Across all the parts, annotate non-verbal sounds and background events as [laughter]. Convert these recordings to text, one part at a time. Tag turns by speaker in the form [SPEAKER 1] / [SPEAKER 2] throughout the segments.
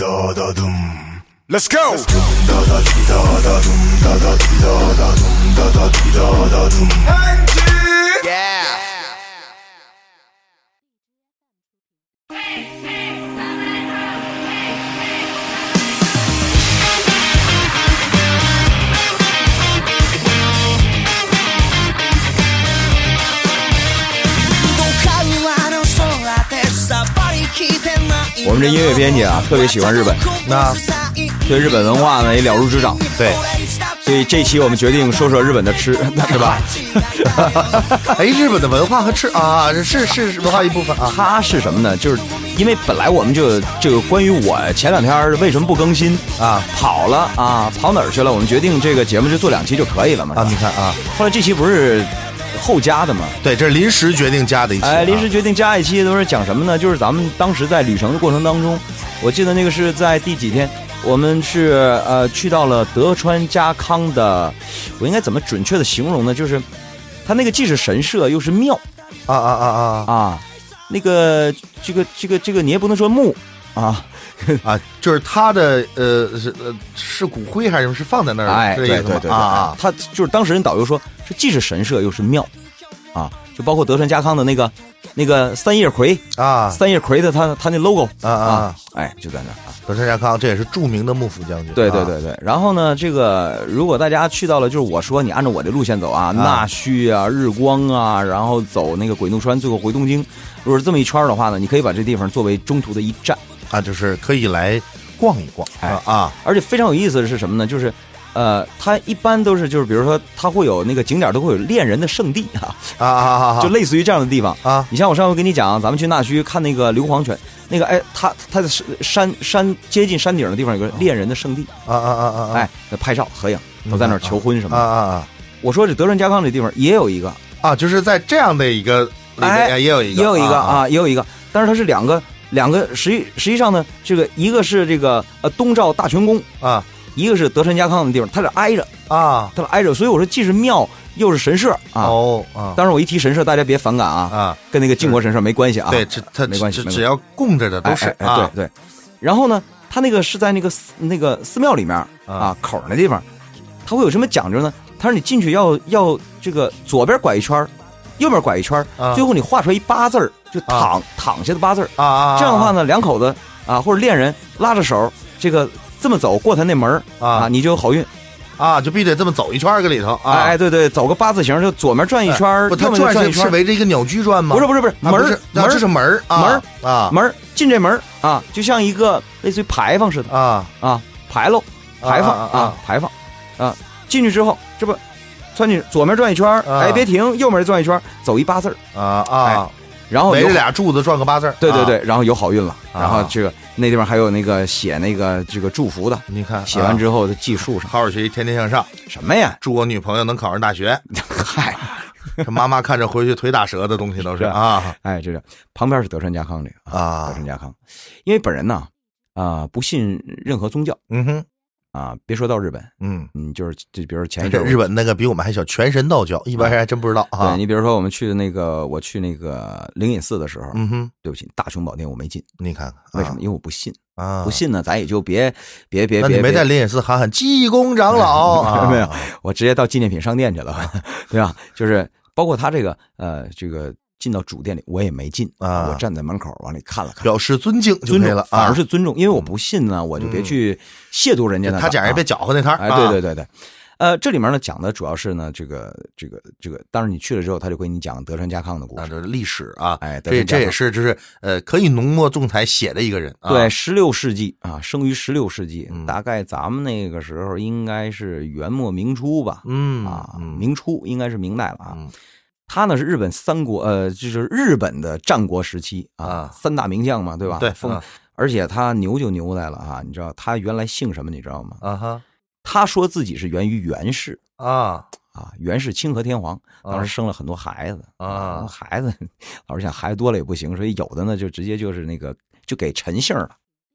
[SPEAKER 1] 嗯嗯
[SPEAKER 2] Let's go. Yeah.
[SPEAKER 3] 我们这音乐编辑啊，特别喜欢日本，
[SPEAKER 1] 那
[SPEAKER 3] 对日本文化呢也了如指掌。
[SPEAKER 1] 对，
[SPEAKER 3] 所以这期我们决定说说日本的吃，是 [laughs] 吧？
[SPEAKER 1] 哎，日本的文化和吃啊，是是文化一部分啊。
[SPEAKER 3] 它是什么呢？就是因为本来我们就这个关于我前两天为什么不更新
[SPEAKER 1] 啊，
[SPEAKER 3] 跑了啊，跑哪儿去了？我们决定这个节目就做两期就可以了嘛。
[SPEAKER 1] 啊，你看啊，
[SPEAKER 3] 后来这期不是后加的吗？
[SPEAKER 1] 对，这是临时决定加的一期、啊。
[SPEAKER 3] 哎，临时决定加一期，都是讲什么呢？就是咱们当时在旅程的过程当中，我记得那个是在第几天，我们是呃去到了德川家康的，我应该怎么准确的形容呢？就是它那个既是神社又是庙
[SPEAKER 1] 啊啊啊啊
[SPEAKER 3] 啊，那个这个这个这个你也不能说墓啊，
[SPEAKER 1] 啊啊！就是他的呃是呃是骨灰还是什么？是放在那儿的？
[SPEAKER 3] 哎，
[SPEAKER 1] 是
[SPEAKER 3] 对
[SPEAKER 1] 这
[SPEAKER 3] 对
[SPEAKER 1] 意思
[SPEAKER 3] 对
[SPEAKER 1] 吗？
[SPEAKER 3] 对
[SPEAKER 1] 啊啊！
[SPEAKER 3] 他就是当时人导游说，这既是神社又是庙啊，就包括德川家康的那个那个三叶葵。
[SPEAKER 1] 啊，
[SPEAKER 3] 三叶葵的他他那 logo
[SPEAKER 1] 啊啊，
[SPEAKER 3] 哎，就在那儿啊。
[SPEAKER 1] 德川家康，这也是著名的幕府将军。
[SPEAKER 3] 对对
[SPEAKER 1] 啊，
[SPEAKER 3] 对对，然后呢，这个如果大家去到了，就是我说你按照我的路线走啊，那须啊，日光啊，然后走那个鬼怒川，最后回东京，如果是这么一圈儿的话呢，你可以把这地方作为中途的一站，
[SPEAKER 1] 啊，就是可以来逛一逛
[SPEAKER 3] 哎
[SPEAKER 1] 啊啊
[SPEAKER 3] 而且非常有意思的是什么呢？就是。呃，它一般都是就是，比如说，它会有那个景点儿都会有恋人的圣地啊，
[SPEAKER 1] 啊啊啊！
[SPEAKER 3] 就类似于这样的地方。
[SPEAKER 1] 啊
[SPEAKER 3] 你像我上回跟你讲，咱们去那须看那个硫磺泉，那个哎，它它的山山接近山顶的地方有个恋人的圣地，
[SPEAKER 1] 啊啊啊啊！啊，
[SPEAKER 3] 哎，那拍照合影，都在那儿求婚什么
[SPEAKER 1] 啊
[SPEAKER 3] 的。
[SPEAKER 1] 啊啊
[SPEAKER 3] 我说这德川家康这地方也有一个，
[SPEAKER 1] 啊！就是在这样的一个里面，
[SPEAKER 3] 哎
[SPEAKER 1] 也有一个，
[SPEAKER 3] 也有一个
[SPEAKER 1] 啊
[SPEAKER 3] 啊，也有一个，但是它是两个两个，实际实际上呢，这个一个是这个呃东照大泉宫，
[SPEAKER 1] 啊
[SPEAKER 3] 一个是德川家康的地方，它俩挨着，
[SPEAKER 1] 啊！
[SPEAKER 3] 它俩挨着，所以我说既是庙又是神社啊。
[SPEAKER 1] 哦啊
[SPEAKER 3] 当然我一提神社，大家别反感啊，
[SPEAKER 1] 啊！
[SPEAKER 3] 跟那个靖国神社没关系啊。
[SPEAKER 1] 对，这它
[SPEAKER 3] 没关系
[SPEAKER 1] 只
[SPEAKER 3] 没关系
[SPEAKER 1] 只要供着的
[SPEAKER 3] 哎，
[SPEAKER 1] 都是
[SPEAKER 3] 哎哎
[SPEAKER 1] 啊，
[SPEAKER 3] 对对。然后呢，它那个是在那个寺那个寺庙里面啊口儿那地方，它会有什么讲究呢？它说你进去要要这个左边拐一圈儿，右边拐一圈儿，
[SPEAKER 1] 啊
[SPEAKER 3] 最后你画出来一八字儿，就躺、躺下的八字儿。
[SPEAKER 1] 啊啊！啊
[SPEAKER 3] 这样的话呢，两口子啊或者恋人拉着手，这个这么走过他那门儿
[SPEAKER 1] 啊
[SPEAKER 3] 你就有好运。
[SPEAKER 1] 啊，就必须得这么走一圈儿搁里头啊！哎
[SPEAKER 3] 哎哎，对对，走个八字形，就左面转一圈儿，
[SPEAKER 1] 不，
[SPEAKER 3] 右
[SPEAKER 1] 它
[SPEAKER 3] 面
[SPEAKER 1] 转
[SPEAKER 3] 转一
[SPEAKER 1] 是
[SPEAKER 3] 圈
[SPEAKER 1] 是
[SPEAKER 3] 儿。
[SPEAKER 1] 围着一个鸟居转吗？
[SPEAKER 3] 不是不是不是，
[SPEAKER 1] 啊
[SPEAKER 3] 门
[SPEAKER 1] 不是
[SPEAKER 3] 儿
[SPEAKER 1] 啊
[SPEAKER 3] 门
[SPEAKER 1] 这是
[SPEAKER 3] 儿
[SPEAKER 1] 门儿啊
[SPEAKER 3] 门儿
[SPEAKER 1] 啊
[SPEAKER 3] 门儿进这门儿啊，就像一个类似于牌坊似的。
[SPEAKER 1] 啊
[SPEAKER 3] 啊，排喽，
[SPEAKER 1] 啊
[SPEAKER 3] 排放
[SPEAKER 1] 啊啊啊
[SPEAKER 3] 排放啊，进去之后，这不窜进去，左面转一圈儿，
[SPEAKER 1] 啊
[SPEAKER 3] 哎，别停，右面转一圈儿，走一八字儿，
[SPEAKER 1] 啊啊！
[SPEAKER 3] 然后
[SPEAKER 1] 围
[SPEAKER 3] 哎哦有
[SPEAKER 1] 着，俩柱子转个八字儿
[SPEAKER 3] 对对，
[SPEAKER 1] 啊
[SPEAKER 3] 对，然后有好运了，
[SPEAKER 1] 啊
[SPEAKER 3] 然后这个那地方还有那个写那个这个祝福的，
[SPEAKER 1] 你看
[SPEAKER 3] 写完
[SPEAKER 1] 后，
[SPEAKER 3] 之后的记树上
[SPEAKER 1] 好好学习，天天向上，
[SPEAKER 3] 什么呀？ [laughs]
[SPEAKER 1] 祝我女朋友能考上大学。
[SPEAKER 3] 嗨，
[SPEAKER 1] 啊这妈妈看着回去腿打折的东西都是
[SPEAKER 3] 是
[SPEAKER 1] 啊
[SPEAKER 3] 哎，这是旁边是德川家康这个啊，德
[SPEAKER 1] 啊，
[SPEAKER 3] 川家康，因为本人呢啊不信任何宗教
[SPEAKER 1] 嗯哼，
[SPEAKER 3] 啊，别说到日本，
[SPEAKER 1] 嗯。
[SPEAKER 3] 嗯，就是就比如前一
[SPEAKER 1] 这
[SPEAKER 3] 阵儿我
[SPEAKER 1] 日本那个比我们还小，全神道教，一般人还真不知道啊
[SPEAKER 3] 对。你比如说我们去那个我去那个灵隐寺的时候，
[SPEAKER 1] 嗯哼，
[SPEAKER 3] 对不起，大雄宝殿我没进，
[SPEAKER 1] 你看看啊
[SPEAKER 3] 为什么？因为我不信，
[SPEAKER 1] 啊？
[SPEAKER 3] 不信呢，咱也就别别别
[SPEAKER 1] 那你
[SPEAKER 3] 别
[SPEAKER 1] 没在
[SPEAKER 3] 别
[SPEAKER 1] 灵隐寺喊喊济公长老啊？
[SPEAKER 3] 没有，我直接到纪念品商店去了， [laughs] 对吧？就是包括他这个呃这个进到主店里，我也没进
[SPEAKER 1] 啊
[SPEAKER 3] 我站在门口往里看了看，
[SPEAKER 1] 表示尊敬就
[SPEAKER 3] 尊
[SPEAKER 1] 可以
[SPEAKER 3] 重
[SPEAKER 1] 了，
[SPEAKER 3] 反
[SPEAKER 1] 啊嗯
[SPEAKER 3] 而。是尊重，因为我不信呢，我就别去亵渎人家的。
[SPEAKER 1] 他假人别
[SPEAKER 3] 被
[SPEAKER 1] 搅和 [laughs] 那摊儿
[SPEAKER 3] 哎，
[SPEAKER 1] 啊
[SPEAKER 3] 对对对对。呃，这里面呢讲的主要是呢，这个这个这个，当然你去了之后，他就给你讲德川家康的故
[SPEAKER 1] 啊，
[SPEAKER 3] 事。
[SPEAKER 1] 这是历史啊，
[SPEAKER 3] 哎
[SPEAKER 1] 这
[SPEAKER 3] 对是这
[SPEAKER 1] 这
[SPEAKER 3] 样
[SPEAKER 1] 也是就是呃，可以浓墨重彩写的一个人啊，
[SPEAKER 3] 对，十六世纪啊，生于十六世纪
[SPEAKER 1] 嗯，
[SPEAKER 3] 大概咱们那个时候应该是元末明初吧，
[SPEAKER 1] 嗯
[SPEAKER 3] 啊，
[SPEAKER 1] 嗯
[SPEAKER 3] 明初应该是明代了啊。
[SPEAKER 1] 嗯
[SPEAKER 3] 他呢是日本三国，呃，就是日本的战国时期
[SPEAKER 1] 啊
[SPEAKER 3] 三大名将嘛，对吧？
[SPEAKER 1] 对
[SPEAKER 3] 风
[SPEAKER 1] 啊
[SPEAKER 3] 而且他牛就牛在了啊，你知道他原来姓什么？你知道吗？
[SPEAKER 1] 啊哈
[SPEAKER 3] 他说自己是源于源氏
[SPEAKER 1] 啊
[SPEAKER 3] 啊，源氏清河天皇，当
[SPEAKER 1] 啊
[SPEAKER 3] 时生了很多孩子
[SPEAKER 1] 啊
[SPEAKER 3] 孩子老实讲，孩子多了也不行，所以有的呢就直接就是那个就给陈姓了，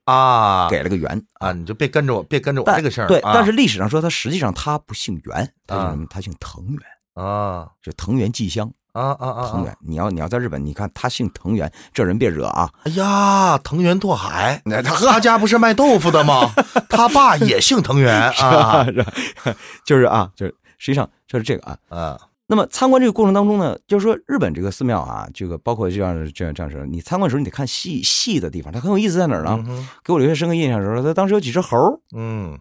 [SPEAKER 1] 啊
[SPEAKER 3] 给了个源
[SPEAKER 1] 啊，你就别跟着我，别跟着我
[SPEAKER 3] 但
[SPEAKER 1] 这个姓儿
[SPEAKER 3] 对，
[SPEAKER 1] 啊
[SPEAKER 3] 但是历史上说他实际上他不姓袁，他姓
[SPEAKER 1] 啊
[SPEAKER 3] 什么？他姓藤原，
[SPEAKER 1] 啊
[SPEAKER 3] 就藤原纪香
[SPEAKER 1] 啊啊啊！
[SPEAKER 3] 藤原，你要你要在日本，你看他姓藤原，这人别惹啊。
[SPEAKER 1] 哎呀，藤原拓海，
[SPEAKER 3] 那他
[SPEAKER 1] 他家不是卖豆腐的吗？他爸也姓藤原啊
[SPEAKER 3] [laughs] 是吧 [laughs] 就是啊，就是实际上就是这个啊。
[SPEAKER 1] 啊！
[SPEAKER 3] 那么参观这个过程当中呢，就是说日本这个寺庙啊，这个包括这样这样这样式，你参观的时候你得看细细的地方，它很有意思在哪儿呢？
[SPEAKER 1] 嗯哼
[SPEAKER 3] 给我留下深刻印象的时候，它当时有几只猴儿，
[SPEAKER 1] 嗯，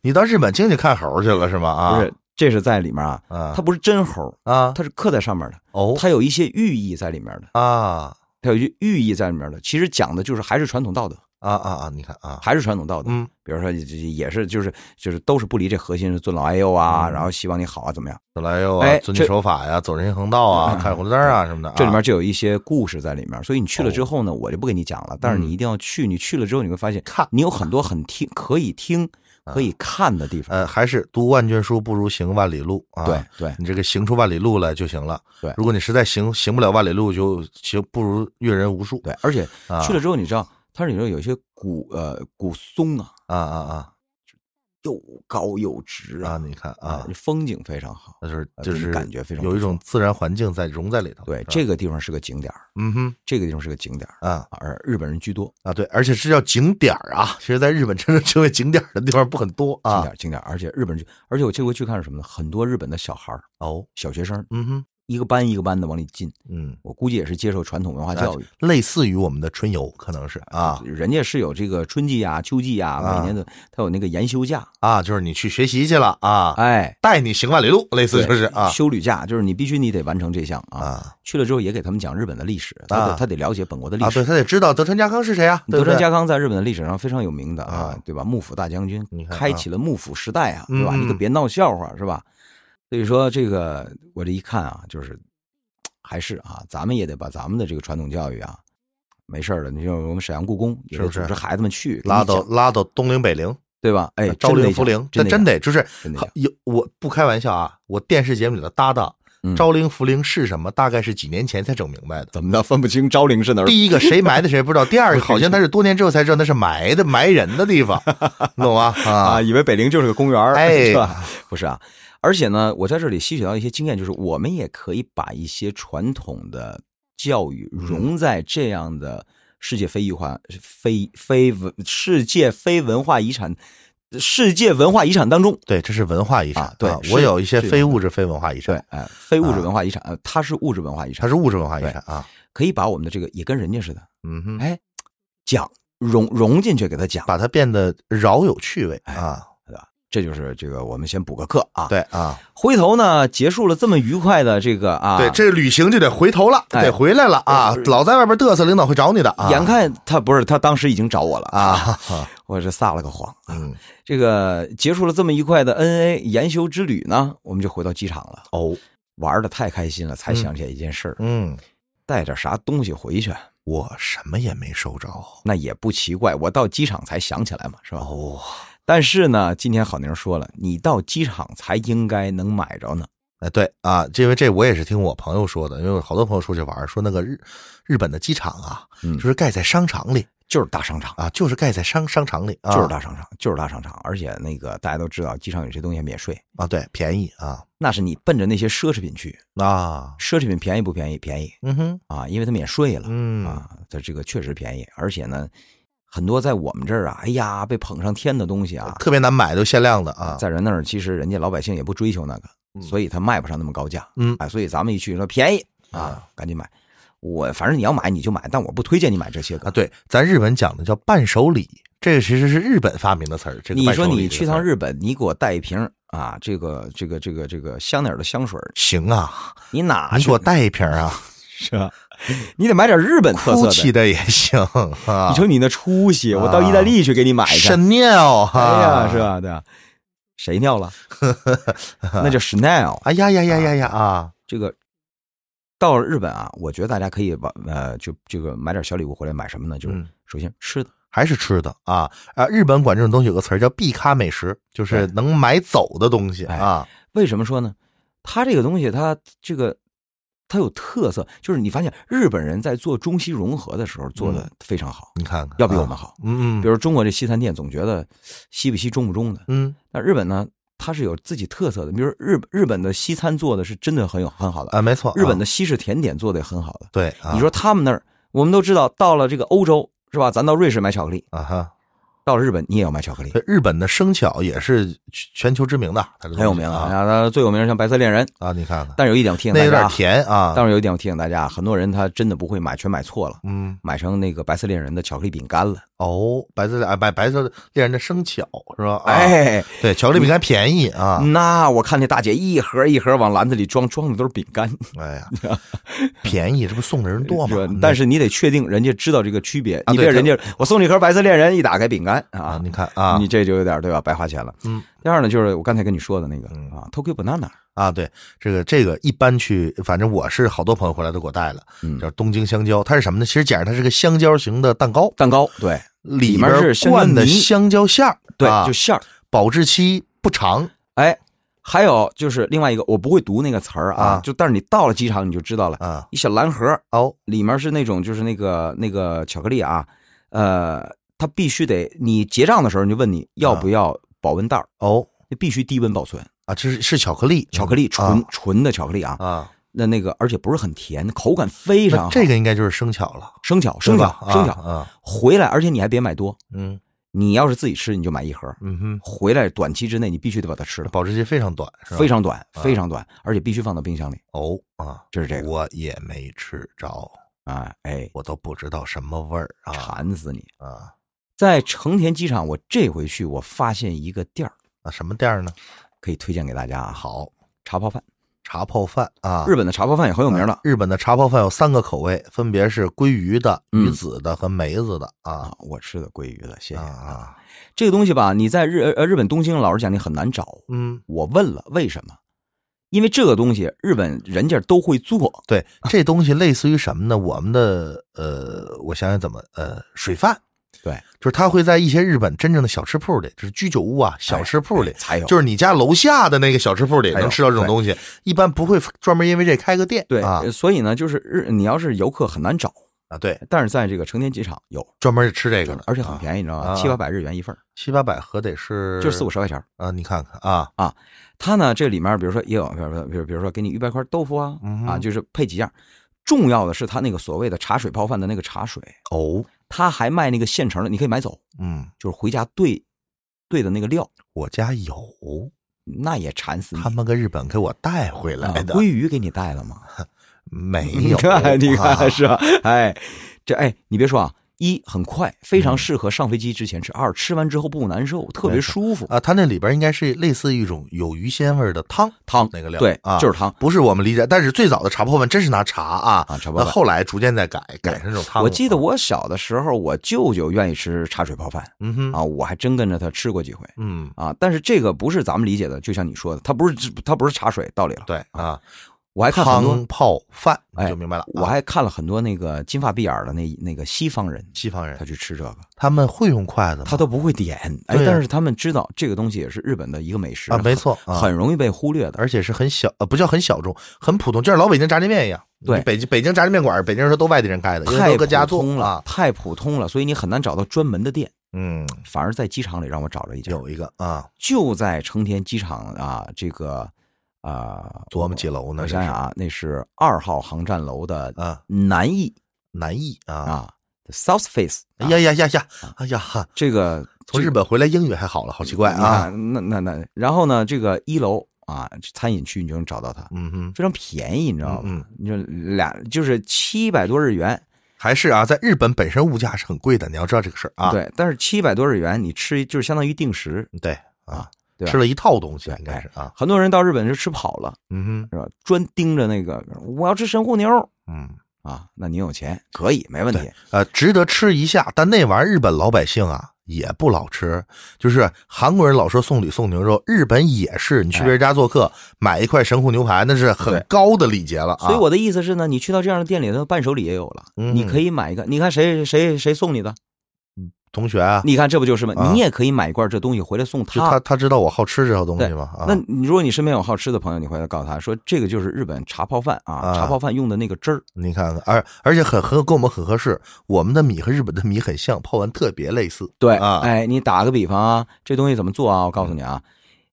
[SPEAKER 1] 你到日本经去看猴去了是吗？啊，
[SPEAKER 3] 不是，这是在里面啊，
[SPEAKER 1] 啊
[SPEAKER 3] 它不是真猴儿，
[SPEAKER 1] 啊
[SPEAKER 3] 它是刻在上面的，
[SPEAKER 1] 哦
[SPEAKER 3] 它有一些寓意在里面的，
[SPEAKER 1] 啊啊
[SPEAKER 3] 它有一些寓意在里面的，其实讲的就是还是传统道德，
[SPEAKER 1] 啊啊！你看啊，
[SPEAKER 3] 还是传统道德。
[SPEAKER 1] 嗯
[SPEAKER 3] 比如说，这这也是就是就是都是不离这核心是尊老爱幼啊，
[SPEAKER 1] 嗯
[SPEAKER 3] 然后希望你好啊，怎么样？
[SPEAKER 1] 来来又啊
[SPEAKER 3] 哎，
[SPEAKER 1] 遵纪
[SPEAKER 3] 这嗯
[SPEAKER 1] 守法呀，走人行横道啊，看红绿灯啊什么的啊。哦
[SPEAKER 3] 这里面就有一些故事在里面，所以你去了之后呢，我就不给你讲了。但是你一定要去，你去了之后你会发现，
[SPEAKER 1] 嗯看啊
[SPEAKER 3] 你有很多很听可以听、可以看的地方。
[SPEAKER 1] 呃，还是读万卷书不如行万里路啊。
[SPEAKER 3] 对对，
[SPEAKER 1] 你这个行出万里路来就行了。
[SPEAKER 3] 对
[SPEAKER 1] 如果你实在行行不了万里路，就行不如阅人无数。
[SPEAKER 3] 对，而且
[SPEAKER 1] 啊，
[SPEAKER 3] 去了之后，你知道它里面有一些古呃古松啊，
[SPEAKER 1] 啊啊啊
[SPEAKER 3] 又高又直
[SPEAKER 1] 啊！
[SPEAKER 3] 啊，
[SPEAKER 1] 你看啊，
[SPEAKER 3] 风景非常好。
[SPEAKER 1] 那就是
[SPEAKER 3] 呃
[SPEAKER 1] 就
[SPEAKER 3] 给你
[SPEAKER 1] 是
[SPEAKER 3] 感觉非常
[SPEAKER 1] 有一
[SPEAKER 3] 不错
[SPEAKER 1] 种自然环境在融在里头。
[SPEAKER 3] 对，
[SPEAKER 1] 是吧
[SPEAKER 3] 这个地方是个景点儿，
[SPEAKER 1] 嗯哼
[SPEAKER 3] 这个地方是个景点儿，
[SPEAKER 1] 啊
[SPEAKER 3] 而日本人居多，
[SPEAKER 1] 啊对，而且是叫景点儿啊。其实，在日本真正成为景点儿的地方不很多
[SPEAKER 3] 景
[SPEAKER 1] 啊
[SPEAKER 3] 点。儿景点儿，而且日本人居，而且我这回去看是什么呢？很多日本的小孩儿、
[SPEAKER 1] 哦，
[SPEAKER 3] 小学生，
[SPEAKER 1] 嗯哼，
[SPEAKER 3] 一个班一个班的往里进，
[SPEAKER 1] 嗯，
[SPEAKER 3] 我估计也是接受传统文化教育。
[SPEAKER 1] 类似于我们的春游，可能是啊
[SPEAKER 3] 人家是有这个春季啊、秋季啊，
[SPEAKER 1] 啊
[SPEAKER 3] 每年的他有那个研修假，
[SPEAKER 1] 啊，就是你去学习去了啊，
[SPEAKER 3] 哎，
[SPEAKER 1] 带你行万里路，类似
[SPEAKER 3] 对
[SPEAKER 1] 就是啊
[SPEAKER 3] 修旅假，就是你必须你得完成这项啊。
[SPEAKER 1] 啊
[SPEAKER 3] 去了之后也给他们讲日本的历史，他
[SPEAKER 1] 啊
[SPEAKER 3] 得他得了解本国的历
[SPEAKER 1] 啊，对
[SPEAKER 3] 史。
[SPEAKER 1] 他得知道德川家康是谁啊，对
[SPEAKER 3] 德
[SPEAKER 1] 不对
[SPEAKER 3] 川家康在日本的历史上非常有名的
[SPEAKER 1] 啊
[SPEAKER 3] 啊，对吧？幕府大将军
[SPEAKER 1] 你看啊
[SPEAKER 3] 开启了幕府时代啊，
[SPEAKER 1] 嗯
[SPEAKER 3] 对吧？你可
[SPEAKER 1] 嗯
[SPEAKER 3] 别闹笑话，是吧？所以说这个我这一看啊，就是还是啊，咱们也得把咱们的这个传统教育啊，没事儿了，你就我们沈阳故宫
[SPEAKER 1] 是
[SPEAKER 3] 也得
[SPEAKER 1] 不是
[SPEAKER 3] 组织孩子们去给
[SPEAKER 1] 拉
[SPEAKER 3] 你讲
[SPEAKER 1] 到拉到东陵北陵，
[SPEAKER 3] 对吧？哎，
[SPEAKER 1] 朝
[SPEAKER 3] 真得
[SPEAKER 1] 令
[SPEAKER 3] 讲
[SPEAKER 1] 扶陵，这
[SPEAKER 3] 真
[SPEAKER 1] 真
[SPEAKER 3] 的
[SPEAKER 1] 得就是
[SPEAKER 3] 真得
[SPEAKER 1] 好
[SPEAKER 3] 讲
[SPEAKER 1] 有我不开玩笑啊，我电视节目里的搭档
[SPEAKER 3] 嗯
[SPEAKER 1] 朝令扶陵是什么，大概是几年前才整明白的。
[SPEAKER 3] 怎么的分不清昭陵是哪儿
[SPEAKER 1] 第一个谁埋的谁不知道，第二个好像他是多年之后才知道那是埋的埋人的地
[SPEAKER 3] [laughs]
[SPEAKER 1] 方，你懂吗？啊
[SPEAKER 3] 啊？，以为北陵就是个公园儿，
[SPEAKER 1] 哎
[SPEAKER 3] 是吧？ [laughs] 不是啊，而且呢，我在这里吸取到一些经验，就是我们也可以把一些传统的教育
[SPEAKER 1] 嗯
[SPEAKER 3] 融在这样的世界非遗化、非非文世界非文化遗产、世界文化遗产当中。
[SPEAKER 1] 对，这是文化遗产
[SPEAKER 3] 啊。对
[SPEAKER 1] 啊
[SPEAKER 3] 是
[SPEAKER 1] 我有一些
[SPEAKER 3] 是
[SPEAKER 1] 非物质非文化遗
[SPEAKER 3] 对
[SPEAKER 1] 产，，
[SPEAKER 3] 哎，非物质文化遗产，呃它是物质文化遗
[SPEAKER 1] 啊它
[SPEAKER 3] 产，
[SPEAKER 1] 是物质文化遗产啊。
[SPEAKER 3] 可以把我们的这个也跟人家似的，
[SPEAKER 1] 嗯哼，
[SPEAKER 3] 哎，讲融融进去，给他讲，
[SPEAKER 1] 把它变得饶有趣味
[SPEAKER 3] 哎
[SPEAKER 1] 啊。
[SPEAKER 3] 对吧？这就是这个，我们先补个课啊。
[SPEAKER 1] 对啊，
[SPEAKER 3] 回头呢，结束了这么愉快的这个啊，
[SPEAKER 1] 对，这旅行就得回头了，
[SPEAKER 3] 哎
[SPEAKER 1] 得回来了啊！老在外边嘚瑟，领导会找你的啊。
[SPEAKER 3] 眼看他不是他当时已经找我了
[SPEAKER 1] 啊，
[SPEAKER 3] 啊，我是撒了个谎。
[SPEAKER 1] 嗯，
[SPEAKER 3] 这个结束了这么愉快的 N A 研修之旅呢，我们就回到机场了，
[SPEAKER 1] [laughs] 哦，
[SPEAKER 3] 玩的太开心了，才想起来一件事儿，
[SPEAKER 1] 嗯，
[SPEAKER 3] 带点啥东西回去啊
[SPEAKER 1] 我什么也没收着。
[SPEAKER 3] 那也不奇怪，我到机场才想起来嘛，是吧？
[SPEAKER 1] 哦，
[SPEAKER 3] 但是呢，今天郝宁说了，你到机场才应该能买着呢。
[SPEAKER 1] 哎，对啊，这因为这我也是听我朋友说的，因为我好多朋友出去玩儿，说那个日日本的机场啊，
[SPEAKER 3] 嗯
[SPEAKER 1] 就是盖在商场里
[SPEAKER 3] 就是大商场，
[SPEAKER 1] 啊，就是盖在商商场里啊，
[SPEAKER 3] 就是大商场，就是大商场，而且那个大家都知道，机场有些东西免税，
[SPEAKER 1] 啊，对，便宜啊
[SPEAKER 3] 那是你奔着那些奢侈品去，
[SPEAKER 1] 啊，
[SPEAKER 3] 奢侈品便宜不便宜？便宜
[SPEAKER 1] 嗯哼，
[SPEAKER 3] 啊，因为它免税了、
[SPEAKER 1] 嗯
[SPEAKER 3] 啊，它这个确实便宜，而且呢，很多在我们这儿啊，哎呀，被捧上天的东西啊，
[SPEAKER 1] 特别难买，都限量的啊，
[SPEAKER 3] 在人那儿其实人家老百姓也不追求那个，所以他卖不上那么高价，
[SPEAKER 1] 嗯
[SPEAKER 3] 啊，所以咱们一去说便宜啊，赶紧买。我反正你要买你就买，但我不推荐你买这些个
[SPEAKER 1] 啊，。对，咱日本讲的叫伴手礼，这个其实是日本发明的词儿。这个
[SPEAKER 3] 你
[SPEAKER 1] 伴
[SPEAKER 3] 说
[SPEAKER 1] 手礼
[SPEAKER 3] 你
[SPEAKER 1] 这个
[SPEAKER 3] 去
[SPEAKER 1] 词
[SPEAKER 3] 趟
[SPEAKER 1] 儿
[SPEAKER 3] 日本，你给我带一瓶啊，这个这个这个这个香奈儿的香水儿，
[SPEAKER 1] 行啊，
[SPEAKER 3] 你哪
[SPEAKER 1] 你
[SPEAKER 3] 去
[SPEAKER 1] 给我带一瓶啊，
[SPEAKER 3] 是吧？你得买点日本 [laughs] 特色
[SPEAKER 1] GUCCI
[SPEAKER 3] 的。
[SPEAKER 1] 的也行啊，
[SPEAKER 3] [laughs] 你瞅你那出息，我到意大利去给你买去。
[SPEAKER 1] Chanel 哈、
[SPEAKER 3] 哎呀，是？吧？对吧？谁
[SPEAKER 1] [laughs]
[SPEAKER 3] 尿了？那叫 Chanel。
[SPEAKER 1] 哎呀呀呀呀呀啊！
[SPEAKER 3] 这个到了日本啊，我觉得大家可以把呃，就这个买点小礼物回来，买什么呢？就是
[SPEAKER 1] 嗯
[SPEAKER 3] 首先吃的，
[SPEAKER 1] 还是吃的啊啊！日本管这种东西有个词儿叫“必咖美食”，就是能买走的东西
[SPEAKER 3] 哎
[SPEAKER 1] 啊。
[SPEAKER 3] 为什么说呢？它这个东西，它这个它有特色，就是你发现日本人在做中西融合的时候做的非常好，
[SPEAKER 1] 你看看，
[SPEAKER 3] 要比我
[SPEAKER 1] 嗯啊
[SPEAKER 3] 们好。
[SPEAKER 1] 嗯嗯，
[SPEAKER 3] 比如中国这西餐店总觉得西不西中不中的，
[SPEAKER 1] 嗯
[SPEAKER 3] 那日本呢，它是有自己特色的，比如说日日本的西餐做的是真的很有很好的，
[SPEAKER 1] 啊，没错，
[SPEAKER 3] 日本
[SPEAKER 1] 的
[SPEAKER 3] 的西式甜点做的也很好的。
[SPEAKER 1] 对啊，
[SPEAKER 3] 你说他们那儿，我们都知道，到了这个欧洲是吧？咱到瑞士买巧克力，
[SPEAKER 1] 啊哈，
[SPEAKER 3] 到了日本你也要买巧克力，
[SPEAKER 1] 对日本的生巧也是全全球知名的，它这东西
[SPEAKER 3] 很有名啊。
[SPEAKER 1] 啊
[SPEAKER 3] 然后它最有名的像白色恋人，
[SPEAKER 1] 啊，你看看，
[SPEAKER 3] 但是有一点我提醒
[SPEAKER 1] 那
[SPEAKER 3] 大
[SPEAKER 1] 有
[SPEAKER 3] 家
[SPEAKER 1] 点
[SPEAKER 3] 啊，
[SPEAKER 1] 甜啊，
[SPEAKER 3] 但是有一点我提醒大家啊，很多人他真的不会买，全买错了，
[SPEAKER 1] 嗯，
[SPEAKER 3] 买成那个白色恋人的巧克力饼干了。
[SPEAKER 1] 哦，白色啊白白色恋人的生巧是吧？啊，
[SPEAKER 3] 哎，
[SPEAKER 1] 对，巧克力饼干便宜啊，
[SPEAKER 3] 那我看那大姐一盒一盒往篮子里装，装的都是饼干。
[SPEAKER 1] 哎呀，
[SPEAKER 3] [laughs]
[SPEAKER 1] 便宜，这不送的人多
[SPEAKER 3] 是
[SPEAKER 1] 吗
[SPEAKER 3] 吧？但是你得确定人家知道这个区别，你别
[SPEAKER 1] 对
[SPEAKER 3] 人家我送你盒白色恋人，一打开饼干
[SPEAKER 1] 啊
[SPEAKER 3] 啊，，
[SPEAKER 1] 你看啊
[SPEAKER 3] 你这就有点对吧？白花钱了。
[SPEAKER 1] 嗯。
[SPEAKER 3] 第二呢，就是我刚才跟你说的那个
[SPEAKER 1] 嗯
[SPEAKER 3] 啊，Tokyo Banana，
[SPEAKER 1] 啊，对，这个这个一般去，反正我是好多朋友回来都给我带了，
[SPEAKER 3] 嗯
[SPEAKER 1] 叫东京香蕉，它是什么呢？其实讲它是个香蕉型的蛋糕，
[SPEAKER 3] 蛋糕，对
[SPEAKER 1] 里
[SPEAKER 3] 面
[SPEAKER 1] 边
[SPEAKER 3] 是香蕉
[SPEAKER 1] 灌的
[SPEAKER 3] 泥
[SPEAKER 1] 香蕉馅儿，
[SPEAKER 3] 对
[SPEAKER 1] 啊，
[SPEAKER 3] 就馅儿。
[SPEAKER 1] 保质期不长，
[SPEAKER 3] 哎，还有就是另外一个，我不会读那个词儿啊
[SPEAKER 1] 啊，
[SPEAKER 3] 就但是你到了机场你就知道了，
[SPEAKER 1] 啊，
[SPEAKER 3] 一小蓝盒，
[SPEAKER 1] 哦，
[SPEAKER 3] 里面是那种就是那个那个巧克力啊，呃，它必须得你结账的时候你就问你要
[SPEAKER 1] 啊
[SPEAKER 3] 不要保温袋儿，
[SPEAKER 1] 哦
[SPEAKER 3] 你必须低温保存，
[SPEAKER 1] 啊，这是是巧克力，
[SPEAKER 3] 巧克力
[SPEAKER 1] 啊
[SPEAKER 3] 纯纯的巧克力啊。
[SPEAKER 1] 啊，
[SPEAKER 3] 那那个，而且不是很甜，口感非常
[SPEAKER 1] 那
[SPEAKER 3] 好。
[SPEAKER 1] 这个应该就是生巧了，
[SPEAKER 3] 生巧，
[SPEAKER 1] 对
[SPEAKER 3] 生巧
[SPEAKER 1] 吧，啊
[SPEAKER 3] 生巧、
[SPEAKER 1] 啊，
[SPEAKER 3] 回来，而且你还别买多，
[SPEAKER 1] 嗯
[SPEAKER 3] 你要是自己吃，你就买一盒。
[SPEAKER 1] 嗯哼，
[SPEAKER 3] 回来短期之内，你必须得把它吃了，
[SPEAKER 1] 保质期非常短，是吧？嗯
[SPEAKER 3] 非常短，非常短，而且必须放到冰箱里。
[SPEAKER 1] 哦啊，
[SPEAKER 3] 就是这个
[SPEAKER 1] 我也没吃着，
[SPEAKER 3] 啊，哎，
[SPEAKER 1] 我都不知道什么味儿啊
[SPEAKER 3] 馋死你！
[SPEAKER 1] 啊
[SPEAKER 3] 在成田机场，我这回去我发现一个店儿，
[SPEAKER 1] 啊，什么店儿呢？
[SPEAKER 3] 可以推荐给大家啊。好，茶泡饭，
[SPEAKER 1] 茶泡饭啊，
[SPEAKER 3] 日本的茶泡饭也很有名的
[SPEAKER 1] 日本的茶泡饭有三个口味，分别是鲑鱼的、
[SPEAKER 3] 嗯
[SPEAKER 1] 鱼子的和梅子的
[SPEAKER 3] 啊
[SPEAKER 1] 啊。
[SPEAKER 3] 我吃的鲑鱼了，谢谢
[SPEAKER 1] 啊。啊，
[SPEAKER 3] 这个东西吧，你在日呃日本东京，老实讲你很难找。
[SPEAKER 1] 嗯，
[SPEAKER 3] 我问了为什么，因为这个东西日本人家都会做， [laughs]
[SPEAKER 1] 对，这东西类似于什么呢？我们的呃，我想想怎么呃，水饭，
[SPEAKER 3] 对，
[SPEAKER 1] 就是它会在一些日本真正的小吃铺里，就是居酒屋啊、
[SPEAKER 3] 哎
[SPEAKER 1] 小吃铺里，
[SPEAKER 3] 才有。
[SPEAKER 1] 就是你家楼下的那个小吃铺里
[SPEAKER 3] 哎呦
[SPEAKER 1] 能吃到这种东西，一般不会专门因为这开个店。
[SPEAKER 3] 对，
[SPEAKER 1] 啊
[SPEAKER 3] 呃所以呢，就是日你要是游客很难找，
[SPEAKER 1] 啊，对，
[SPEAKER 3] 但是在这个成田机场有，
[SPEAKER 1] 专门吃这个的，
[SPEAKER 3] 而且很便宜，你知道吗？
[SPEAKER 1] 啊
[SPEAKER 3] 七八百日元一份儿，
[SPEAKER 1] 七八百合得是
[SPEAKER 3] 就是四五十块钱儿。
[SPEAKER 1] 啊，你看看啊，
[SPEAKER 3] 它呢，这里面比如说也有，比如说，比如比如说给你预备块豆腐啊，
[SPEAKER 1] 嗯哼
[SPEAKER 3] 啊，就是配几样。重要的是它那个所谓的茶水泡饭的那个茶水，
[SPEAKER 1] 哦，
[SPEAKER 3] 它还卖那个现成的，你可以买走，
[SPEAKER 1] 嗯，
[SPEAKER 3] 就是回家兑兑的那个料，
[SPEAKER 1] 我家有，
[SPEAKER 3] 那也馋死你。
[SPEAKER 1] 他们跟日本给我带回
[SPEAKER 3] 啊
[SPEAKER 1] 来的，
[SPEAKER 3] 鲑鱼给你带了
[SPEAKER 1] [laughs]
[SPEAKER 3] 吗？
[SPEAKER 1] 没
[SPEAKER 3] 你
[SPEAKER 1] 有，
[SPEAKER 3] 看，你
[SPEAKER 1] 啊
[SPEAKER 3] 看是吧？ [laughs] 哎，这哎，你别说啊，一很快，非
[SPEAKER 1] 嗯
[SPEAKER 3] 常适合上飞机之前吃；二吃完之后不难受，特
[SPEAKER 1] 没
[SPEAKER 3] 别
[SPEAKER 1] 错
[SPEAKER 3] 舒服。
[SPEAKER 1] 啊，它那里边应该是类似于一种有鱼鲜味儿的汤，
[SPEAKER 3] 汤
[SPEAKER 1] 那个料
[SPEAKER 3] 对
[SPEAKER 1] 啊，
[SPEAKER 3] 就是汤。
[SPEAKER 1] 不是我们理解，但是最早的茶泡饭真是拿茶啊，
[SPEAKER 3] 啊茶泡
[SPEAKER 1] 那
[SPEAKER 3] 饭
[SPEAKER 1] 后来逐渐在改，改成这种汤啊了。
[SPEAKER 3] 我记得我小的时候，我舅舅愿意吃茶水泡饭
[SPEAKER 1] 嗯哼，
[SPEAKER 3] 啊，我还真跟着他吃过几回
[SPEAKER 1] 嗯，
[SPEAKER 3] 啊。但是这个不是咱们理解的，就像你说的，它不是它不是茶水，道理了。
[SPEAKER 1] 对啊，
[SPEAKER 3] 我还看很多
[SPEAKER 1] 汤，泡饭
[SPEAKER 3] 哎
[SPEAKER 1] 你就明白了。
[SPEAKER 3] 我
[SPEAKER 1] 啊
[SPEAKER 3] 还看了很多那个金发碧眼的那那个西方人，
[SPEAKER 1] 西方人
[SPEAKER 3] 他去吃这个，
[SPEAKER 1] 他们会用筷子吗，
[SPEAKER 3] 他都不会点，哎，
[SPEAKER 1] 对呀
[SPEAKER 3] 但是他们知道这个东西也是日本的一个美食
[SPEAKER 1] 啊，没错啊，
[SPEAKER 3] 很容易被忽略的。
[SPEAKER 1] 而且是很小呃，不叫很小众，很普通，就像老北京炸酱面一样。
[SPEAKER 3] 对
[SPEAKER 1] 你北京北京炸酱面馆儿，北京人说都外地人开的，因为
[SPEAKER 3] 太
[SPEAKER 1] 都搁家
[SPEAKER 3] 普
[SPEAKER 1] 做
[SPEAKER 3] 通了，
[SPEAKER 1] 啊。
[SPEAKER 3] 太普通了，所以你很难找到专门的店。
[SPEAKER 1] 嗯，
[SPEAKER 3] 反而在机场里让我找了一家，
[SPEAKER 1] 有一个啊，
[SPEAKER 3] 就在成田机场啊，这个啊，
[SPEAKER 1] 琢磨几楼呢？
[SPEAKER 3] 我
[SPEAKER 1] 这
[SPEAKER 3] 想
[SPEAKER 1] 是
[SPEAKER 3] 想啊，那是二号航站楼的
[SPEAKER 1] 啊，
[SPEAKER 3] 南翼
[SPEAKER 1] 南艺啊，
[SPEAKER 3] 啊，South Face 啊。
[SPEAKER 1] 哎呀呀呀呀，哎呀哈，
[SPEAKER 3] 这个
[SPEAKER 1] 从日本回来英语还好了，好奇怪
[SPEAKER 3] 你
[SPEAKER 1] 啊。
[SPEAKER 3] 看，那那那，然后呢，这个一楼啊，餐饮区你就能找到它，
[SPEAKER 1] 嗯哼，
[SPEAKER 3] 非常便宜，你知道
[SPEAKER 1] 嗯
[SPEAKER 3] 吗？你就俩就是七百多日元，
[SPEAKER 1] 还是啊，在日本本身物价是很贵的，你要知道这个事儿啊。
[SPEAKER 3] 对，但是七百多日元你吃一就是相当于定时，
[SPEAKER 1] 对
[SPEAKER 3] 啊
[SPEAKER 1] 啊，
[SPEAKER 3] 对吧
[SPEAKER 1] 吃了一套东西
[SPEAKER 3] 对哎
[SPEAKER 1] 应该是啊。
[SPEAKER 3] 很多人到日本就吃跑了，
[SPEAKER 1] 嗯
[SPEAKER 3] 是吧？专盯着那个，我要吃神户牛
[SPEAKER 1] 哼，嗯，
[SPEAKER 3] 啊，那您有钱可以，没问题
[SPEAKER 1] 对。呃，值得吃一下，但那玩意儿日本老百姓啊。也不老吃，就是韩国人老说送礼送牛肉，日本也是。你去别人家做客，买一块神户牛排，那是很高的礼节了啊。
[SPEAKER 3] 所以我的意思是呢，你去到这样的店里，它伴手礼也有了，
[SPEAKER 1] 嗯
[SPEAKER 3] 你可以买一个。你看谁谁谁送你的？
[SPEAKER 1] 同学啊，
[SPEAKER 3] 你看这不就是吗？
[SPEAKER 1] 啊
[SPEAKER 3] 你也可以买一罐这东西回来送
[SPEAKER 1] 就他他知道我好吃这套东西吗？啊，
[SPEAKER 3] 那你如果你身边有好吃的朋友，你回来告诉他说，这个就是日本茶泡饭啊，
[SPEAKER 1] 啊
[SPEAKER 3] 茶泡饭用的那个汁儿，
[SPEAKER 1] 你看看，而而且很很跟我们很合适，我们的米和日本的米很像，泡完特别类似。
[SPEAKER 3] 对，
[SPEAKER 1] 啊，
[SPEAKER 3] 哎，你打个比方啊，这东西怎么做啊？我告诉你啊，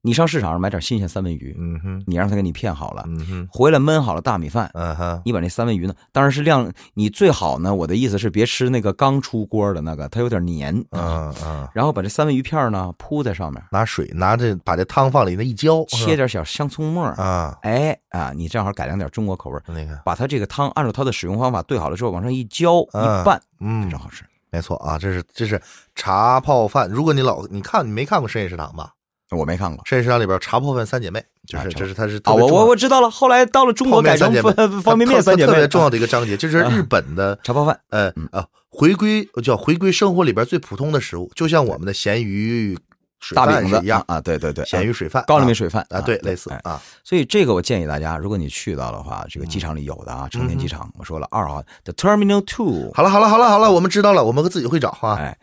[SPEAKER 3] 你上市场上买点新鲜三文鱼，
[SPEAKER 1] 嗯哼，
[SPEAKER 3] 你让他给你片好了，
[SPEAKER 1] 嗯哼，
[SPEAKER 3] 回来焖好了大米饭，
[SPEAKER 1] 嗯哼，
[SPEAKER 3] 你把那三文鱼呢，当然是晾，你最好呢，我的意思是别吃那个刚出锅的那个，它有点黏啊。
[SPEAKER 1] 嗯嗯，
[SPEAKER 3] 然后把这三文鱼片儿呢铺在上面，
[SPEAKER 1] 拿水拿这把这汤放里那一浇，是吧
[SPEAKER 3] 切点小香葱末儿，
[SPEAKER 1] 啊，
[SPEAKER 3] 哎啊，你正好改良点中国口味儿，
[SPEAKER 1] 那个，
[SPEAKER 3] 把它这个汤按照它的使用方法兑好了之后往上一浇
[SPEAKER 1] 嗯
[SPEAKER 3] 一拌，
[SPEAKER 1] 嗯
[SPEAKER 3] 正，好吃。
[SPEAKER 1] 没错啊，这是这是茶泡饭。如果你老你看你没看过《深夜食堂》吧？
[SPEAKER 3] 我没看过
[SPEAKER 1] 《深夜食堂》里边茶泡饭三姐妹，就
[SPEAKER 3] 啊
[SPEAKER 1] 是
[SPEAKER 3] 茶
[SPEAKER 1] 这是它是
[SPEAKER 3] 啊，
[SPEAKER 1] 特别
[SPEAKER 3] 我
[SPEAKER 1] 重
[SPEAKER 3] 我
[SPEAKER 1] 要
[SPEAKER 3] 我知道了，后来到了中国
[SPEAKER 1] 泡面
[SPEAKER 3] 改
[SPEAKER 1] 三
[SPEAKER 3] 成
[SPEAKER 1] 姐妹
[SPEAKER 3] 方方便面
[SPEAKER 1] 它
[SPEAKER 3] 三姐妹啊
[SPEAKER 1] 特
[SPEAKER 3] 了，
[SPEAKER 1] 别重要的一个章节，这是日本的
[SPEAKER 3] 茶泡饭。
[SPEAKER 1] 呃啊，回归叫回归生活里边最普通的食物，就像我们的咸鱼水
[SPEAKER 3] 大
[SPEAKER 1] 饭
[SPEAKER 3] 饼
[SPEAKER 1] 是
[SPEAKER 3] 子
[SPEAKER 1] 一样，
[SPEAKER 3] 啊，对对对，
[SPEAKER 1] 咸鱼水饭
[SPEAKER 3] 高丽
[SPEAKER 1] 啊
[SPEAKER 3] 面水饭
[SPEAKER 1] 啊，对，类似
[SPEAKER 3] 哎
[SPEAKER 1] 啊，
[SPEAKER 3] 所以这个我建议大家，如果你去到的话，这
[SPEAKER 1] 嗯
[SPEAKER 3] 个机场里有的啊，成田机场，我说了二号的 Terminal Two，
[SPEAKER 1] 好了好了好了好了，我们知道了，我们自己会找哈，
[SPEAKER 3] 哎，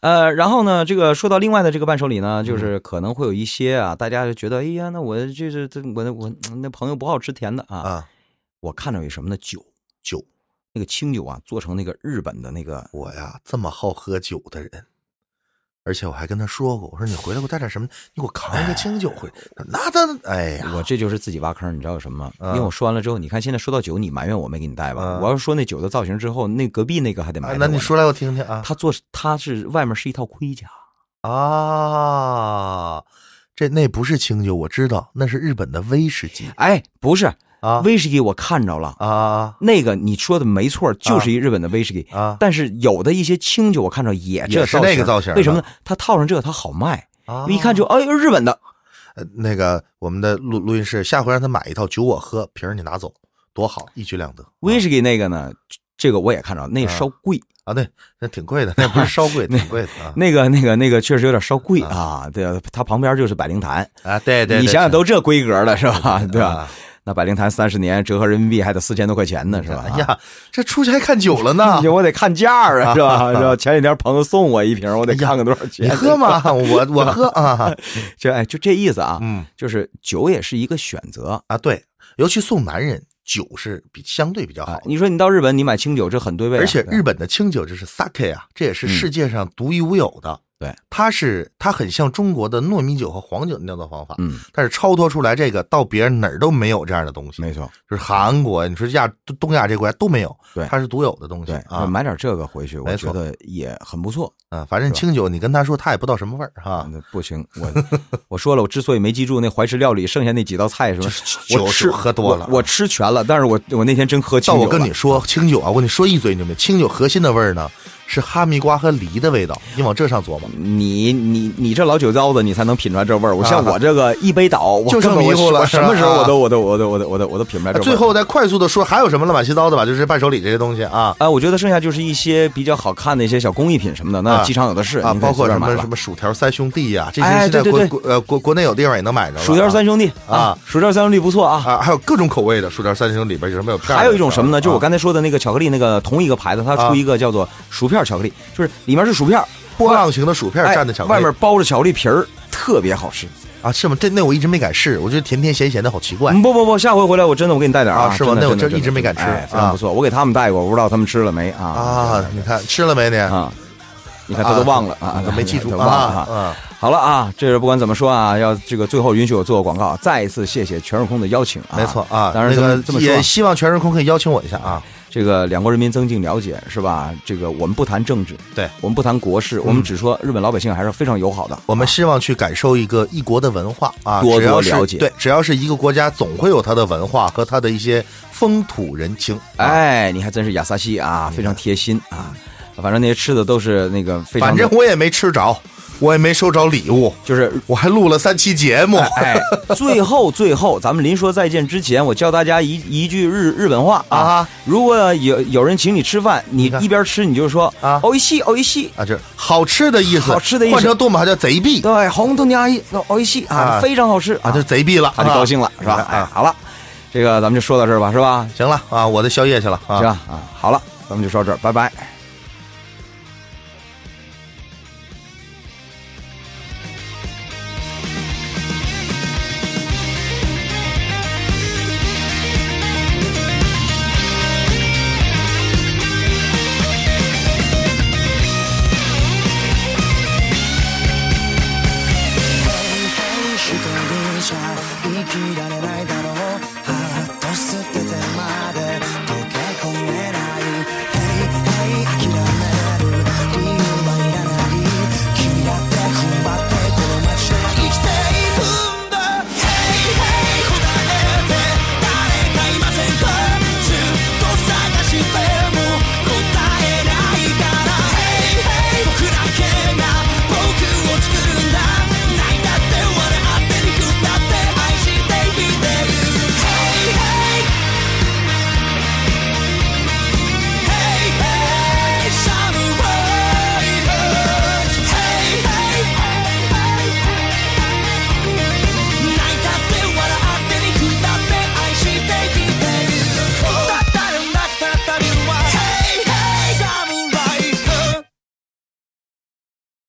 [SPEAKER 3] 呃，然后呢，这个说到另外的这个伴手礼呢，就是可能会有一些啊，大家就觉得，哎呀，那我这是这我我那朋友不好吃甜的啊，
[SPEAKER 1] 啊，
[SPEAKER 3] 我看着有什么呢？酒，
[SPEAKER 1] 酒，
[SPEAKER 3] 那个清酒啊，做成那个日本的那个，
[SPEAKER 1] 我呀这么好喝酒的人。而且我还跟他说过，我说你回来给我带点什么，你给我扛一个清酒回。来。那他哎呀，
[SPEAKER 3] 我这就是自己挖坑，你知道有什么吗？
[SPEAKER 1] 嗯
[SPEAKER 3] 因为我说完了之后，你看现在说到酒，你埋怨我没给你带吧
[SPEAKER 1] 嗯？
[SPEAKER 3] 我要说那酒的造型之后，那隔壁啊那个还得埋
[SPEAKER 1] 哎
[SPEAKER 3] 怨
[SPEAKER 1] 那
[SPEAKER 3] 我
[SPEAKER 1] 你
[SPEAKER 3] 呢
[SPEAKER 1] 说来我听听啊
[SPEAKER 3] 他做他是外面是一套盔甲。
[SPEAKER 1] 啊，这那不是清酒，我知道那是日本的威士
[SPEAKER 3] [laughs]
[SPEAKER 1] 忌
[SPEAKER 3] 哎，不是
[SPEAKER 1] 啊
[SPEAKER 3] 威士忌，我看着了，
[SPEAKER 1] 啊
[SPEAKER 3] 那个你说的没错，就是一日本的威士忌。
[SPEAKER 1] 啊
[SPEAKER 3] 但是有的一些清酒，我看着也这
[SPEAKER 1] 也是
[SPEAKER 3] 造型，
[SPEAKER 1] 那个造型啊
[SPEAKER 3] 为什么呢？它套上这个，它好卖，
[SPEAKER 1] 啊！
[SPEAKER 3] 一看就哎，日本的。
[SPEAKER 1] 呃，那个我们的录录音室，下回让他买一套酒我喝，瓶儿你拿走，多好，一举两得。
[SPEAKER 3] 威士忌那个呢，这个我也看着，那稍贵，
[SPEAKER 1] 啊，对，那挺贵的，那
[SPEAKER 3] [laughs]
[SPEAKER 1] 不是稍贵，挺贵的啊。
[SPEAKER 3] 那个那个那个确实有点稍贵啊。对，它旁边就是百灵坛，
[SPEAKER 1] 啊，对对，
[SPEAKER 3] 你
[SPEAKER 1] 对
[SPEAKER 3] 想想都这规格了是吧？对吧？
[SPEAKER 1] 啊
[SPEAKER 3] 那百灵坛三十年折合人民币还得四千多块钱呢是吧？哎
[SPEAKER 1] 哎呀，这出去还看酒了
[SPEAKER 3] [laughs]。
[SPEAKER 1] 呢
[SPEAKER 3] 我得看价儿啊，是吧？是吧？前几天朋友送我一瓶，我
[SPEAKER 1] [laughs]
[SPEAKER 3] 得
[SPEAKER 1] 哎呀
[SPEAKER 3] 看看多少钱。
[SPEAKER 1] 你喝？吗？我
[SPEAKER 3] [laughs]
[SPEAKER 1] 我喝啊，
[SPEAKER 3] 这哎，就这意思啊。
[SPEAKER 1] 嗯
[SPEAKER 3] 就是酒也是一个选择
[SPEAKER 1] 啊，对，尤其送男人酒是比相对比较好
[SPEAKER 3] 啊。
[SPEAKER 1] 的，
[SPEAKER 3] 你说你到日本，你买清酒，这很对味啊、
[SPEAKER 1] 而且
[SPEAKER 3] 对
[SPEAKER 1] 日本的清酒就是 sake 啊，这也是世界上独一无有的。
[SPEAKER 3] 对，
[SPEAKER 1] 它是它很像中国的糯米酒和黄酒的酿造方法，
[SPEAKER 3] 嗯，
[SPEAKER 1] 但是超脱出来这个到别人哪儿都没有这样的东西。
[SPEAKER 3] 没错，
[SPEAKER 1] 就是韩国，你说亚东东亚这国家都没有，
[SPEAKER 3] 对
[SPEAKER 1] 它是独有的东西
[SPEAKER 3] 对，
[SPEAKER 1] 啊。
[SPEAKER 3] 买点这个回去，我
[SPEAKER 1] 没
[SPEAKER 3] 觉
[SPEAKER 1] 错
[SPEAKER 3] 得也很不错。啊
[SPEAKER 1] 嗯，反正清酒你跟他说，他也不知道什么味儿哈。
[SPEAKER 3] 那不行，
[SPEAKER 1] [laughs]
[SPEAKER 3] 我我说了，我之所以没记住那怀石料理剩下那几道菜是吧？
[SPEAKER 1] 酒
[SPEAKER 3] 我吃
[SPEAKER 1] 酒喝多了啊
[SPEAKER 3] 我，我吃全了，但是我我那天真喝清
[SPEAKER 1] 但
[SPEAKER 3] 酒了。
[SPEAKER 1] 我跟你说，清酒啊，我跟你说一嘴，你明白？清酒核心的味儿呢是哈密瓜和梨的味道，你往这上琢磨。
[SPEAKER 3] 你你你这老酒糟子，你才能品出来这味儿。我
[SPEAKER 1] 啊
[SPEAKER 3] 像我这个一杯倒，我
[SPEAKER 1] 就
[SPEAKER 3] 根
[SPEAKER 1] 剩
[SPEAKER 3] 本我
[SPEAKER 1] 迷糊了
[SPEAKER 3] 我
[SPEAKER 1] 是
[SPEAKER 3] 什
[SPEAKER 1] 吧啊
[SPEAKER 3] 么时候我都我都我都我都我都我都品不出来这味儿。
[SPEAKER 1] 最后再快速的说，还有什么乱七八糟的吧？就是伴手礼这些东西啊
[SPEAKER 3] 啊，我觉得剩下就是一些比较好看的一些小工艺品什么的，那
[SPEAKER 1] 啊
[SPEAKER 3] 机场有的是
[SPEAKER 1] 啊，
[SPEAKER 3] 你可以
[SPEAKER 1] 包括
[SPEAKER 3] 随
[SPEAKER 1] 什
[SPEAKER 3] 便买
[SPEAKER 1] 么
[SPEAKER 3] 吧
[SPEAKER 1] 什么薯条三兄弟啊呀、这些
[SPEAKER 3] 哎
[SPEAKER 1] 现在
[SPEAKER 3] 对
[SPEAKER 1] 国、
[SPEAKER 3] 对对
[SPEAKER 1] 国呃国国内有地方也能买着了啊。
[SPEAKER 3] 薯条三兄弟
[SPEAKER 1] 啊，
[SPEAKER 3] 薯条三兄弟不错啊。
[SPEAKER 1] 啊，还有各种口味的薯条三兄弟里边有什么有片儿的
[SPEAKER 3] 还有一种什么呢？
[SPEAKER 1] 啊
[SPEAKER 3] 就是我刚才说的那个巧克力，那个同一个牌子，它出一个叫做薯片巧克力，就是里面是薯片，
[SPEAKER 1] 波浪形的薯片
[SPEAKER 3] 哎
[SPEAKER 1] 蘸的巧克力，
[SPEAKER 3] 外面包着巧克力皮儿，特别好吃。
[SPEAKER 1] 啊，是吗？这那我一直没敢试，我觉得甜甜咸咸的好奇怪
[SPEAKER 3] 嗯，不不不，下回回来我真的我给你带点儿
[SPEAKER 1] 啊是吗
[SPEAKER 3] 真的
[SPEAKER 1] 那我
[SPEAKER 3] 真的
[SPEAKER 1] 这一直
[SPEAKER 3] 真
[SPEAKER 1] 没
[SPEAKER 3] 的
[SPEAKER 1] 敢吃
[SPEAKER 3] 哎非常不错。我给他们带过，我不知道他们吃了没啊
[SPEAKER 1] 啊！你看吃了没你？
[SPEAKER 3] 啊！你看他都忘了啊，
[SPEAKER 1] 都没记住
[SPEAKER 3] [laughs] 都忘了啊。
[SPEAKER 1] 啊！
[SPEAKER 3] 好了啊，这是不管怎么说啊，要这个最后允许我做个广告，再一次谢谢全日空的邀请啊，
[SPEAKER 1] 没错啊，
[SPEAKER 3] 当然
[SPEAKER 1] 那
[SPEAKER 3] 这么
[SPEAKER 1] 个
[SPEAKER 3] 这么说啊
[SPEAKER 1] 也，希望全日空可以邀请我一下啊。
[SPEAKER 3] 这个两国人民增进了解是吧？这个我们不谈政治，
[SPEAKER 1] 对嗯
[SPEAKER 3] 我们不谈国事，我们只说日本老百姓还是非常友好的。
[SPEAKER 1] 我们希望去感受一个异国的文化啊，
[SPEAKER 3] 多多
[SPEAKER 1] 只要是
[SPEAKER 3] 了解
[SPEAKER 1] 对，只要是一个国家，总会有它的文化和它的一些风土人情。啊，
[SPEAKER 3] 哎，你还真是亚萨西啊，非常贴心啊。反正那些吃的都是那个非常
[SPEAKER 1] 反
[SPEAKER 3] 的，
[SPEAKER 1] 正我也没吃着，我也没收着礼物，
[SPEAKER 3] 就是
[SPEAKER 1] 我还录了三期节目。 [laughs]
[SPEAKER 3] 哎，最后最后，咱们临说再见之前，我教大家一一句日日本话啊。
[SPEAKER 1] 啊
[SPEAKER 3] 如果有有人请你吃饭，你
[SPEAKER 1] 看
[SPEAKER 3] 一边吃你就说哦
[SPEAKER 1] 啊
[SPEAKER 3] おいしいおいしい。
[SPEAKER 1] 啊，这好吃的意思，
[SPEAKER 3] 好吃的意思
[SPEAKER 1] 换成多么还叫贼币
[SPEAKER 3] 对，红豆阿姨，那おいしい啊，
[SPEAKER 1] 啊
[SPEAKER 3] 非常好吃
[SPEAKER 1] 啊，就是贼币了，
[SPEAKER 3] 他就高兴了，是吧？
[SPEAKER 1] 啊
[SPEAKER 3] 哎，好了，这个咱们就说到这儿吧，是吧？
[SPEAKER 1] 行了啊，我的宵夜去了啊
[SPEAKER 3] 是。吧？啊，好了，咱们就说到这儿，拜拜。
[SPEAKER 4] 「世界一人生きられないだろうはっと捨ててまで